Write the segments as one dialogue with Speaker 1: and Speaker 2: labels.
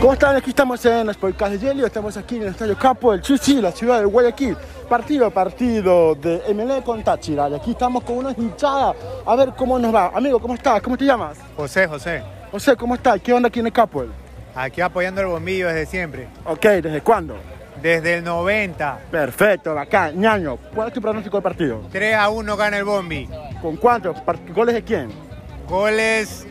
Speaker 1: ¿Cómo están? Aquí estamos en los podcast de Yelio, estamos aquí en el Estadio Capo del Chichi, la ciudad de Guayaquil. Partido a partido de MLE con Táchira. Y aquí estamos con una hinchada. A ver cómo nos va. Amigo, ¿cómo estás? ¿Cómo te llamas?
Speaker 2: José, José,
Speaker 1: José, ¿cómo estás? ¿Qué onda aquí en el Capo?
Speaker 2: aquí apoyando el bombillo desde siempre,
Speaker 1: Ok, ¿desde cuándo?
Speaker 2: desde el 90.
Speaker 1: Perfecto, bacán. Ñaño, ¿cuál es tu pronóstico del partido?
Speaker 2: 3 a 1 gana el bombi.
Speaker 1: ¿Con cuántos? Par- ¿Goles de quién?
Speaker 2: Goles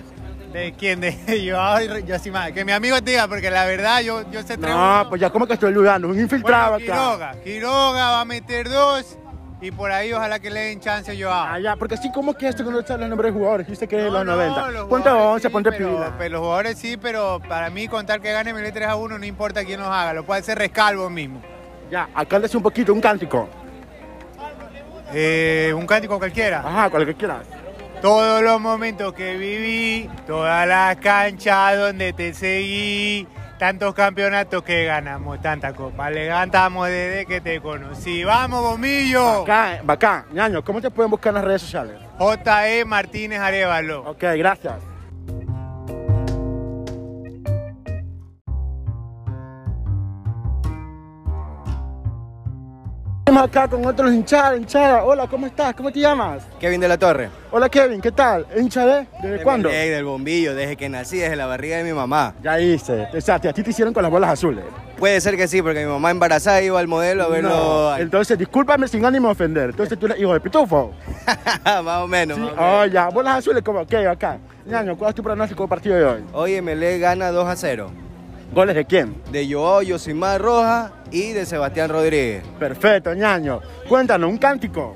Speaker 2: de quién? De yo, ay, yo sí más. Que mi amigo te diga, porque la verdad yo, yo sé tres.
Speaker 1: No, pues ya como que estoy ayudando, un infiltrado
Speaker 2: bueno,
Speaker 1: acá.
Speaker 2: Quiroga. Quiroga va a meter dos y por ahí ojalá que le den chance a Joao.
Speaker 1: Ah, ya, porque así como que esto que no está los nombres de jugadores, dijiste que es de
Speaker 2: No,
Speaker 1: los
Speaker 2: no,
Speaker 1: 90.
Speaker 2: los
Speaker 1: ponte
Speaker 2: jugadores
Speaker 1: 11,
Speaker 2: sí,
Speaker 1: ponte
Speaker 2: pero-
Speaker 1: pila.
Speaker 2: pero los jugadores sí, pero para mí contar que gane Melé 3 a 1 no importa quién los haga, lo puede hacer Rescalvo mismo.
Speaker 1: Ya, acándese un poquito, un cántico.
Speaker 2: Eh, un cántico cualquiera.
Speaker 1: Ajá, con lo que quieras.
Speaker 2: Todos los momentos que viví, todas las canchas donde te seguí, tantos campeonatos que ganamos, tanta copa, le ganamos desde que te conocí. ¡Vamos, Bomillo!
Speaker 1: Bacán, bacán. Ñaño, ¿cómo te pueden buscar en las redes sociales?
Speaker 2: J.E. E Martínez Arevalo.
Speaker 1: Ok, gracias. Estamos acá con otros hinchadas, hinchadas. Hola, ¿cómo estás? ¿Cómo te llamas?
Speaker 3: Kevin de la Torre.
Speaker 1: Hola, Kevin, ¿qué tal? ¿Hincha de? ¿Desde cuándo?
Speaker 3: Ey, del bombillo, desde que nací, desde la barriga de mi mamá.
Speaker 1: Ya hice. O sea, a ti te hicieron con las bolas azules.
Speaker 3: Puede ser que sí, porque mi mamá embarazada iba al modelo a verlo.
Speaker 1: No, Entonces, discúlpame sin ánimo de ofender. Entonces, tú eres hijo de pitufo.
Speaker 3: más o menos.
Speaker 1: Sí,
Speaker 3: más o menos.
Speaker 1: oh, ya. Bolas azules, como, ok, acá. Ñaño, ¿cuál es tu pronóstico del partido de hoy?
Speaker 3: Hoy MLE gana 2 a 0.
Speaker 1: ¿Goles de quién?
Speaker 3: De Joao Yosimar Rojas y de Sebastián Rodríguez.
Speaker 1: Perfecto, ñaño. Cuéntanos, un cántico.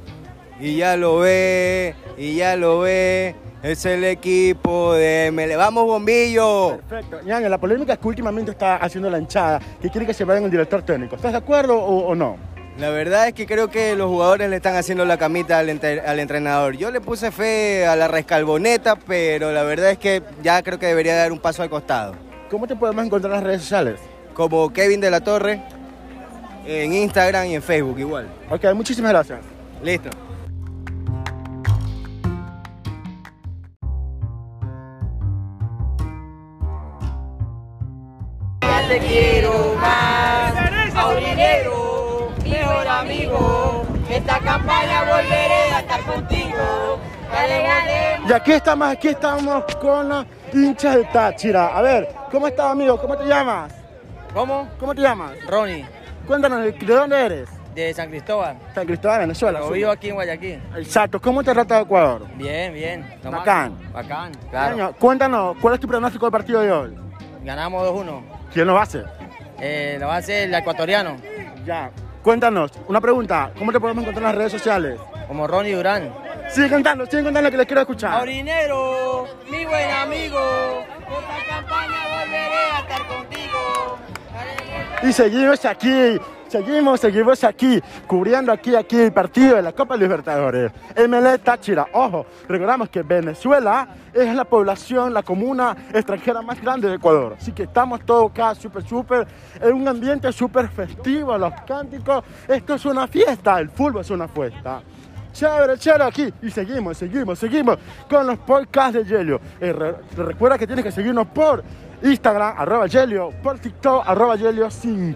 Speaker 3: Y ya lo ve, y ya lo ve. Es el equipo de MLE. ¡Vamos, bombillo!
Speaker 1: Perfecto. Ñaño, la polémica es que últimamente está haciendo la hinchada, que quiere que se vayan el director técnico. ¿Estás de acuerdo o, o no?
Speaker 3: La verdad es que creo que los jugadores le están haciendo la camita al, enter- al entrenador. Yo le puse fe a la rescalboneta, pero la verdad es que ya creo que debería dar un paso al costado.
Speaker 1: ¿Cómo te podemos encontrar en las redes sociales?
Speaker 3: Como Kevin de la Torre, en Instagram y en Facebook igual.
Speaker 1: Ok, muchísimas gracias.
Speaker 3: Listo.
Speaker 4: te quiero más. Aurinero, mejor amigo. Esta campaña volveré a estar contigo. Dale, dale.
Speaker 1: Y aquí estamos, aquí estamos con la hincha de Táchira. A ver, ¿cómo estás, amigo? ¿Cómo te llamas?
Speaker 4: ¿Cómo?
Speaker 1: ¿Cómo te llamas?
Speaker 4: Ronnie,
Speaker 1: Cuéntanos, ¿de de dónde eres?
Speaker 4: de San Cristóbal.
Speaker 1: San Cristóbal, Venezuela.
Speaker 4: Pero
Speaker 1: sí.
Speaker 4: vivo aquí en Guayaquil.
Speaker 1: Exacto. ¿Cómo te trata Ecuador?
Speaker 4: Bien, bien. Tomás.
Speaker 1: Bacán.
Speaker 4: Bacán, claro.
Speaker 1: Ñaño, cuéntanos, ¿cuál es tu pronóstico del partido de hoy?
Speaker 4: Ganamos 2-1.
Speaker 1: ¿Quién lo hace?
Speaker 4: Eh, lo va a hacer el ecuatoriano,
Speaker 1: Ya. Cuéntanos, una pregunta, ¿cómo te podemos encontrar en las redes sociales?
Speaker 4: como Ronnie Durán.
Speaker 1: Sigue contando, sigue contando que les quiero escuchar.
Speaker 4: Aurinero, mi buen amigo. Esta campaña volveré a estar contigo.
Speaker 1: Y seguimos aquí, seguimos, seguimos aquí, cubriendo aquí, aquí el partido de la Copa Libertadores. MLE Táchira, ojo, recordamos que Venezuela es la población, la comuna extranjera más grande de Ecuador. Así que estamos todos acá súper, súper, en un ambiente súper festivo, los cánticos. Esto es una fiesta, el fútbol es una fiesta. Chévere, chévere aquí. Y seguimos, seguimos, seguimos con los podcasts de Yelio. Eh, re- te recuerda que tienes que seguirnos por Instagram, arroba Yelio, por TikTok, arroba Yelio5.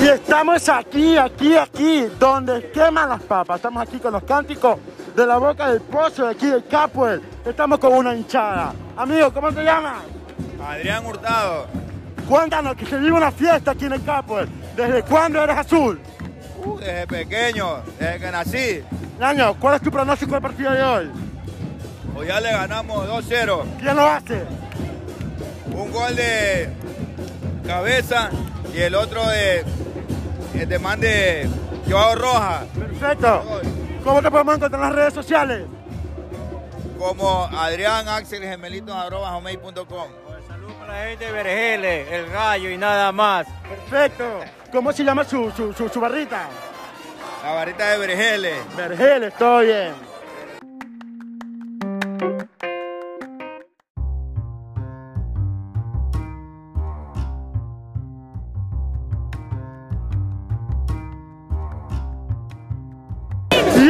Speaker 1: Y estamos aquí, aquí, aquí, donde queman las papas. Estamos aquí con los cánticos de la boca del pozo, de aquí del Capuel. Estamos con una hinchada. Amigo, ¿cómo te llamas?
Speaker 5: Adrián Hurtado,
Speaker 1: Cuéntanos que se vive una fiesta aquí en el Capuel. ¿Desde cuándo eres azul?
Speaker 5: uh, desde pequeño, desde que nací,
Speaker 1: Ñaño, ¿cuál es tu pronóstico del partido de hoy?
Speaker 5: hoy ya le ganamos 2-0.
Speaker 1: ¿Quién lo hace?
Speaker 5: Un gol de cabeza y el otro de, el de man de Joao Roja,
Speaker 1: Perfecto. ¿Cómo te podemos encontrar en las redes sociales?
Speaker 5: como Adrián Axel Gemelito arroba homey.com.
Speaker 2: Saludos para la gente de Vergeles, el gallo y nada más.
Speaker 1: Perfecto. ¿Cómo se llama su, su, su, su barrita?
Speaker 5: La barrita de Vergeles.
Speaker 1: Vergel, estoy bien.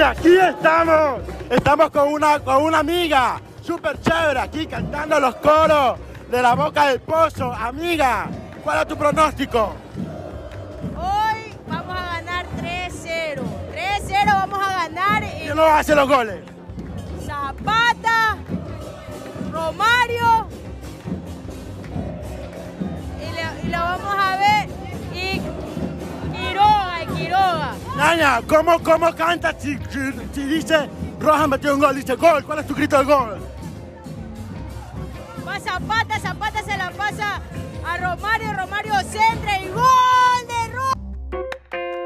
Speaker 1: aquí estamos. Estamos con una, con una amiga súper chévere aquí cantando los coros de la boca del pozo. Amiga, ¿cuál es tu pronóstico?
Speaker 6: Hoy vamos a ganar 3-0. 3-0 vamos a ganar en
Speaker 1: ¿Quién nos hace los goles?
Speaker 6: Zapata, Romario. Y lo, y lo vamos a ver. Y Quiroga, y Quiroga.
Speaker 1: Nana, ¿cómo, cómo canta si, si- si dice Rojas metió un gol? Dice gol, ¿cuál es tu grito de gol?
Speaker 6: Va Zapata, Zapata se la pasa a Romario, Romario centra y gol de Ro.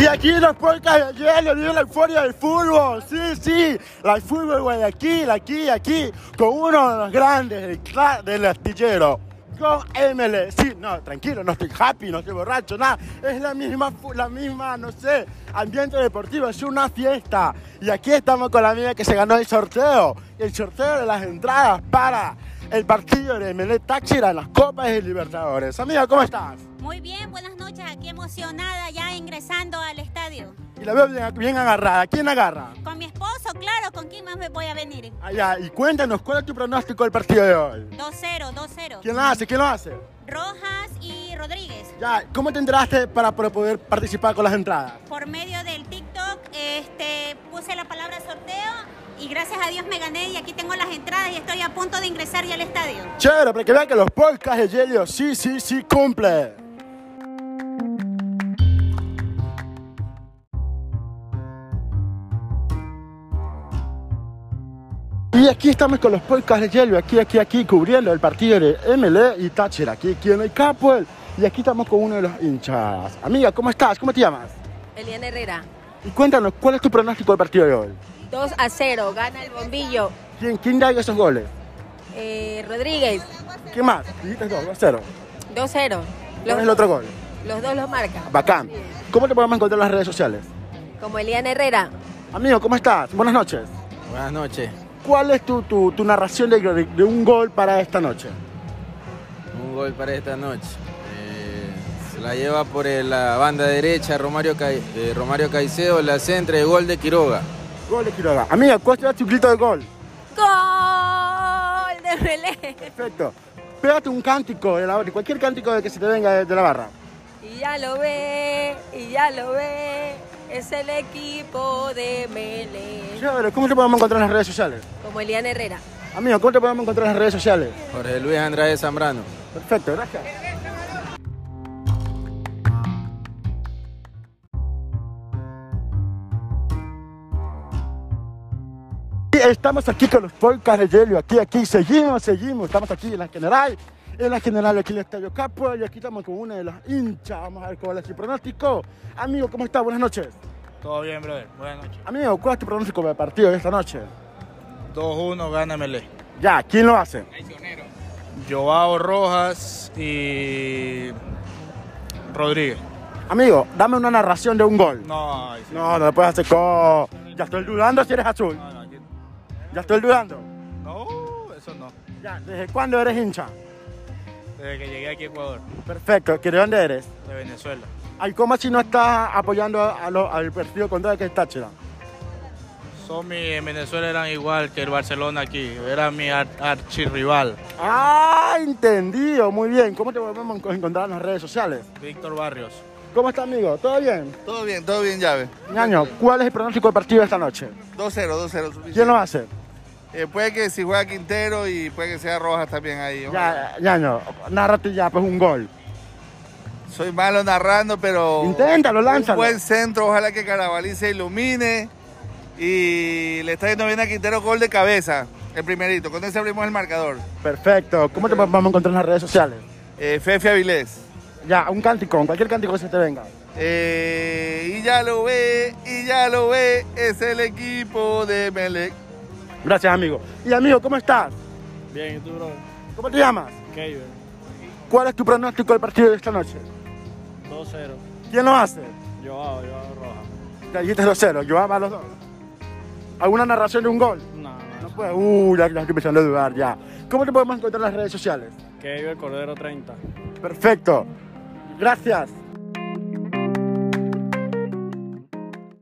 Speaker 1: Y aquí en los podcasts de ayer le dio la euforia del fútbol. Sí, sí, la fútbol Guayaquil, aquí, aquí, con uno de los grandes del, cla- del astillero. Con ML, sí, no, tranquilo, no estoy happy, no estoy borracho, nada. Es la misma, fu- la misma, no sé, ambiente deportivo, es una fiesta. Y aquí estamos con la amiga que se ganó el sorteo. El sorteo de las entradas para el partido de ML Táchira en las Copas de Libertadores. Amiga, ¿cómo estás?
Speaker 7: Muy bien, buenas noches. Aquí emocionada ya ingresando al estadio.
Speaker 1: Y la veo bien, bien agarrada. ¿Quién agarra?
Speaker 7: Con mi esposo, claro, ¿con quién más me voy a venir?
Speaker 1: Allá, y cuéntanos, ¿cuál es tu pronóstico del partido de hoy?
Speaker 7: 2-0, 2-0.
Speaker 1: ¿Quién lo hace? ¿Quién lo hace?
Speaker 7: Rojas y Rodríguez.
Speaker 1: Ya, ¿cómo te enteraste para para poder participar con las entradas?
Speaker 7: Por medio del TikTok este, puse la palabra sorteo y gracias a Dios me gané y aquí tengo las entradas y estoy a punto de ingresar ya al estadio.
Speaker 1: Chévere, para que vean que los podcasts de Yelio sí, sí, sí cumple. Y aquí estamos con los podcasts de Yelio, aquí, aquí, aquí, cubriendo el partido de MLE y Thatcher, aquí, aquí en el Capwell. Y aquí estamos con uno de los hinchas. Amiga, ¿cómo estás? ¿Cómo te llamas?
Speaker 4: Eliana Herrera,
Speaker 1: Y cuéntanos, ¿cuál es tu pronóstico del partido de hoy?
Speaker 4: 2 a 0, gana el bombillo.
Speaker 1: ¿Quién, quién da esos goles?
Speaker 4: Eh, Rodríguez,
Speaker 1: ¿Qué más? Dijiste dos, dos, cero.
Speaker 4: 2 a 0.
Speaker 1: ¿Cuál es el otro gol?
Speaker 4: los dos los marca.
Speaker 1: Bacán. ¿Cómo te podemos encontrar en las redes sociales?
Speaker 4: Como Eliana Herrera,
Speaker 1: Amigo, ¿cómo estás? Buenas noches.
Speaker 3: Buenas noches.
Speaker 1: ¿Cuál es tu, tu- tu narración de, de un gol para esta noche?
Speaker 3: Un gol para esta noche. Eh, se la lleva por eh, la banda derecha Romario, eh, Romario Caicedo, la centra y gol de Quiroga.
Speaker 1: Gol de Quiroga. Amiga, ¿cuál es tu grito de gol?
Speaker 4: gol de Belén.
Speaker 1: Perfecto. Pégate un cántico, de, la, de cualquier cántico de que se te venga de, de la barra.
Speaker 4: Y ya lo ve, y ya lo ve, es el equipo de Mele.
Speaker 1: Chévere, ¿cómo te podemos encontrar en las redes sociales?
Speaker 4: Como Eliana Herrera.
Speaker 1: Amigo, ¿cómo te podemos encontrar en las redes sociales?
Speaker 3: Jorge Luis Andrade Zambrano.
Speaker 1: Perfecto, gracias. Y Estamos aquí con los podcasts de Yelio, aquí, aquí, seguimos, seguimos, estamos aquí en la general, en la general aquí en el Estadio Capo y aquí estamos con una de las hinchas, vamos a ver cuál es su pronóstico. Amigo, ¿cómo estás? Buenas noches.
Speaker 8: Todo bien, brother. Buenas noches.
Speaker 1: Amigo, ¿cuál es tu pronóstico para el partido de esta noche?
Speaker 8: 2-1, gana MLE.
Speaker 1: Ya, ¿quién lo hace?
Speaker 8: Joao Rojas y Rodríguez.
Speaker 1: Amigo, dame una narración de un gol.
Speaker 8: No, ay, sí.
Speaker 1: No, no le puedes hacer co... Ya estoy dudando si eres azul.
Speaker 8: no, no, aquí-
Speaker 1: Ya estoy dudando.
Speaker 8: no, eso no.
Speaker 1: Ya, ¿desde cuándo eres hincha?
Speaker 8: Desde que llegué aquí a Ecuador,
Speaker 1: Perfecto, ¿que ¿de dónde eres?
Speaker 8: de Venezuela.
Speaker 1: Ay, ¿Cómo si no estás apoyando a lo- al partido contrario que es Táchira?
Speaker 8: Somi en Venezuela eran igual que el Barcelona aquí. Era mi ar- archirrival,
Speaker 1: Ah, entendido, muy bien. ¿Cómo te podemos enco- encontrar en las redes sociales?
Speaker 8: Víctor Barrios.
Speaker 1: ¿Cómo está, amigo? ¿Todo bien?
Speaker 9: Todo bien, todo bien, llave.
Speaker 1: Ñaño, ¿cuál es el pronóstico del partido de esta noche?
Speaker 9: 2-0, 2-0. suficiente.
Speaker 1: ¿Quién lo hace?
Speaker 9: Eh, puede que si juega Quintero y puede que sea Rojas también ahí. ojalá.
Speaker 1: Ya, Ñaño, nárrate ya, pues un gol.
Speaker 9: Soy malo narrando, pero.
Speaker 1: Inténtalo, lánzalo.
Speaker 9: Un buen centro, ojalá que Carabalí se ilumine. Y le está yendo bien a Quintero gol de cabeza, el primerito. Con ese abrimos el marcador.
Speaker 1: Perfecto. ¿Cómo te podemos encontrar en las redes sociales?
Speaker 9: Eh, Fefe Avilés.
Speaker 1: Ya, un cántico, cualquier cántico que se te venga.
Speaker 9: Eh, y ya lo ve, y ya lo ve, es el equipo de Melec.
Speaker 1: Gracias, amigo. Y amigo, ¿cómo estás?
Speaker 8: Bien, ¿y tú, bro?
Speaker 1: ¿Cómo te llamas?
Speaker 8: Keiber,
Speaker 1: ¿Cuál es tu pronóstico del partido de esta noche?
Speaker 8: 2-0.
Speaker 1: ¿Quién lo hace?
Speaker 8: Joao, Joao Rojas.
Speaker 1: Te dijiste 2-0, yo amo a los dos. ¿Alguna narración de un gol?
Speaker 8: No, no,
Speaker 1: No puede. Uh, ya estoy empezando a dudar ya. ¿Cómo te podemos encontrar en las redes sociales?
Speaker 10: Que vive Cordero 30.
Speaker 1: Perfecto. Gracias.